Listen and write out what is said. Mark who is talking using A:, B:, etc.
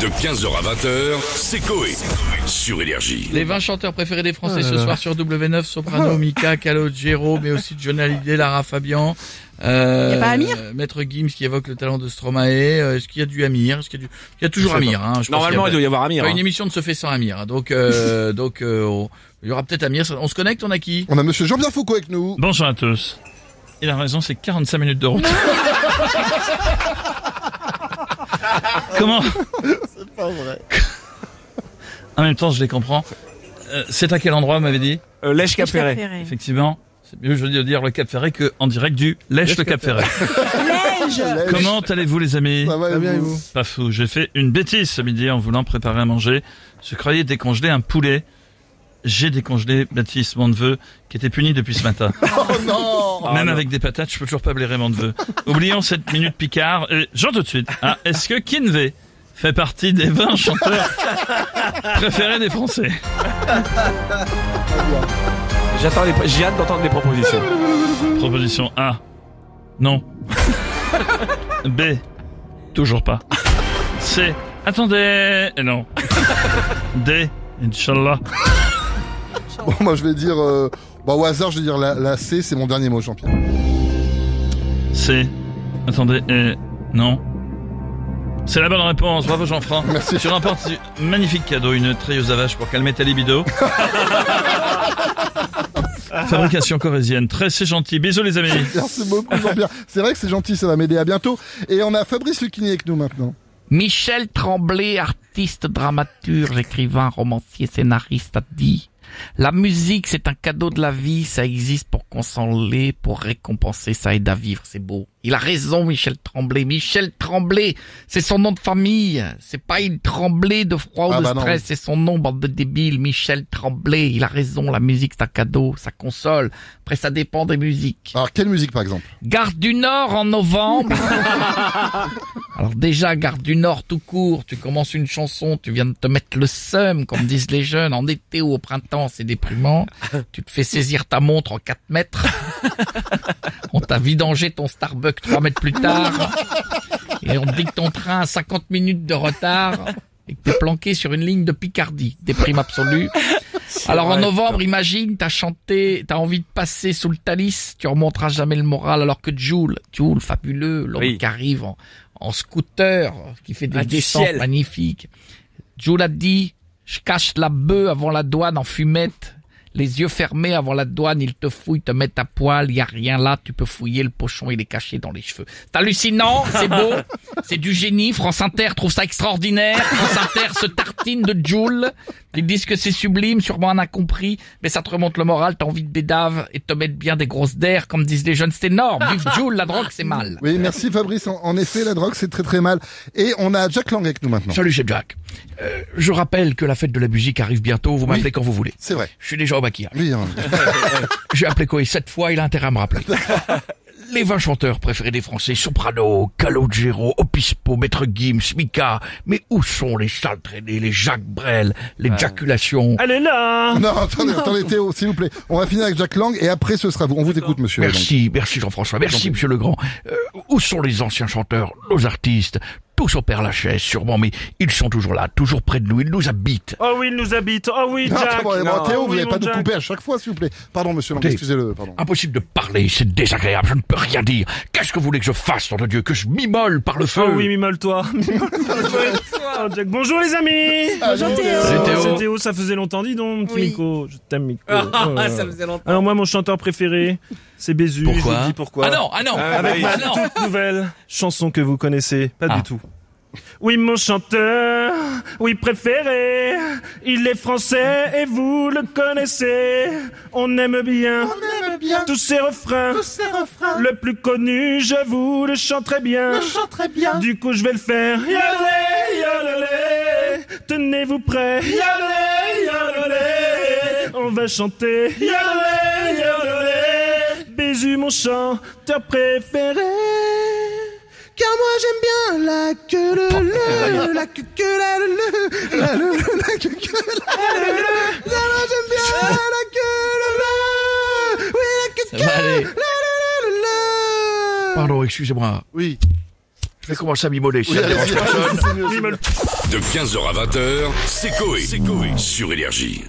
A: De 15h à 20h, c'est Coé. Sur Énergie.
B: Les 20 chanteurs préférés des
C: Ah
B: Français ce soir sur W9, Soprano, Mika, Calogero, mais aussi John Hallyday, Lara Fabian. Euh,
D: Y a pas Amir
B: euh, Maître Gims qui évoque le talent de Stromae. Euh, Est-ce qu'il y a du Amir Est-ce qu'il y a du... Il y a toujours
C: Je sais
B: Amir. Hein, je pense
C: Normalement,
B: qu'il
C: il
B: y
C: doit
B: a-
C: y avoir Amir.
B: Enfin,
C: hein.
B: Une émission ne se fait sans Amir. hein, Donc, euh, donc euh, on- il y aura peut-être Amir. On se connecte, on a qui
E: On a monsieur Jean-Pierre Foucault avec nous.
F: Bonjour à tous.
B: Il a raison, c'est 45 minutes de route.
F: Comment C'est pas vrai. en même temps, je les comprends. Euh, c'est à quel endroit, m'avait dit
C: Euh, Lèche Cap Ferret.
D: Ferré.
F: Effectivement, c'est mieux je veux dire le Cap Ferret que en direct du Lèche le Cap Ferret.
E: Lèche.
F: Comment allez-vous les amis
E: Ça va, bien, vous
F: Pas fou, j'ai fait une bêtise ce midi en voulant préparer à manger. Je croyais décongeler un poulet. J'ai décongelé Baptiste, mon neveu, qui était puni depuis ce matin.
E: Oh non
F: Même avec des patates, je peux toujours pas blairer mon neveu. Oublions cette minute Picard. Et genre tout de suite, ah, est-ce que Kinvey fait partie des 20 chanteurs préférés des Français
C: J'attends les- J'ai hâte d'entendre les propositions.
F: Proposition A. Non. B. Toujours pas. C. Attendez. Et Non. D. Inch'Allah.
E: Bon, moi je vais dire... euh, bah, au hasard, je vais dire la, la C, c'est mon dernier mot, Jean-Pierre.
F: C. Attendez. Et non. C'est la bonne réponse. Bravo Jean-Franc.
E: Merci.
F: Tu remportes un magnifique cadeau, une treilleuse à vache pour calmer ta libido. Fabrication corrézienne. Très c'est gentil. Bisous les amis.
E: Merci beaucoup, Jean-Pierre. C'est vrai que c'est gentil, ça va m'aider. À bientôt. Et on a Fabrice Lucchini avec nous maintenant.
G: Michel Tremblay, artiste, dramaturge, écrivain, romancier, scénariste, a dit La musique, c'est un cadeau de la vie, ça existe pour consoler, pour récompenser, ça aide à vivre, c'est beau. Il a raison, Michel Tremblay. Michel Tremblay, c'est son nom de famille. C'est pas une tremblée de froid ou
E: Ah
G: de
E: bah non.
G: stress, c'est son nom, bande de débiles. Michel Tremblay, il a raison, la musique, c'est un cadeau, ça console. Après, ça dépend des musiques.
E: Alors, quelle musique, par exemple
G: Gare du Nord en novembre. Alors déjà, Gare du Nord tout court, tu commences une chanson, tu viens de te mettre le seum, comme disent les jeunes, en été ou au printemps, c'est déprimant. Tu te fais saisir ta montre en 4 mètres. On t'a vidangé ton Starbucks 3 mètres plus tard. Et on te dit que ton train a 50 minutes de retard et que t'es planqué sur une ligne de Picardie. Déprime absolue. Alors en novembre, imagine, t'as chanté, t'as envie de passer sous le Thalys, tu remonteras jamais le moral alors que Joule, Joule, fabuleux, l'homme
C: Oui.
G: qui arrive en, en scooter, qui fait des
C: Ah, du
G: descentes
C: ciel.
G: magnifiques. Joule a dit, je cache la bœuf avant la douane en fumette. Les yeux fermés avant la douane, ils te fouillent, te mettent à poil, y a rien là, tu peux fouiller le pochon, il est caché dans les cheveux. C'est hallucinant, c'est beau, c'est du génie, France Inter trouve ça extraordinaire, France Inter se tartine de Joule, ils disent que c'est sublime, sûrement un incompris, mais ça te remonte le moral, t'as envie de bédave et de te mettre bien des grosses d'air, comme disent les jeunes, c'est énorme, vive Joule, la drogue c'est mal.
E: Oui, merci Fabrice. En, en effet, la drogue, c'est très très mal. Et on a Jack Lang avec nous maintenant.
B: Salut, c'est Jack. Euh, je rappelle que la fête de la musique arrive bientôt, vous m'appelez quand vous voulez.
E: C'est vrai.
B: Je suis déjà au maquillage.
E: Oui, hein.
B: J'ai appelé Coé sept fois, il a intérêt à me rappeler. Les 20 chanteurs préférés des Français, Soprano, Calogero, Opispo, Maître Gims, Mika. Mais où sont les sales traînés, les Jacques Brel, l'éjaculation
C: Elle est là
E: Non, attendez, attendez, Théo, s'il vous plaît. On va finir avec Jack Lang et après, ce sera vous. On vous écoute, monsieur. Lang.
B: Merci, merci Jean-François, merci Monsieur Legrand. Euh, où sont les anciens chanteurs, nos artistes Tous au Père Lachaise sûrement, mais ils sont toujours là, toujours près de nous, ils nous habitent.
C: Oh oui, il nous habite. Oh oui,
E: Non,
C: Jack.
E: attends, Ah, bon, eh ben,
C: Non.
E: Théo,
C: Oh
E: vous
C: oui,
E: n'avez
C: mon
E: pas nous
C: Jack.
E: couper à chaque fois, s'il vous plaît. Pardon, monsieur Lang,
B: Écoutez.
E: excusez-le. Pardon.
G: Ah,
B: Impossible de parler, c'est désagréable, je ne peux rien dire. Qu'est-ce que vous voulez que je fasse, nom de Dieu, que je m'immole par le feu
C: Oh oui, mimole-toi. Oh, Jack. Bonjour les amis
D: Bonjour Théo.
B: Salut, Théo.
C: C'était haut, ça faisait longtemps, dis donc, mon petit
D: Oui.
C: Miko. Je t'aime, Miko. Ah, ça faisait longtemps. Alors moi, mon chanteur préféré, c'est Bézu.
B: Pourquoi
C: Je vous dis pourquoi.
B: Ah non, ah non,
C: Avec
B: ah
C: ma
B: non.
C: toute nouvelle chanson que vous connaissez pas
B: Ah.
C: du tout. Oui, mon chanteur, oui, préféré, il est français et vous le connaissez. On aime bien, tous ses refrains. Le plus connu, je vous le chante très bien. Du coup, je vais le faire. Yolé, yolé, tenez-vous prêts. Yolé, yolé, on va chanter. Yolé, yolé, Bézu, mon chanteur préféré.
H: Car moi j'aime bien la queue le le, la queue que la le le, la le le, la queue que la le le. Car moi j'aime bien la queue le le, oui la queue
B: Ça
H: que
B: va aller.
H: la le le le le.
B: Pardon, excusez-moi.
E: Oui.
B: Je Je vais commencer à m'immoler si ça ne dérange
E: allez-y,
B: personne.
E: c'est mieux, c'est mieux.
C: Mimole.
A: De 15h à 20h, c'est Coé sur Énergie.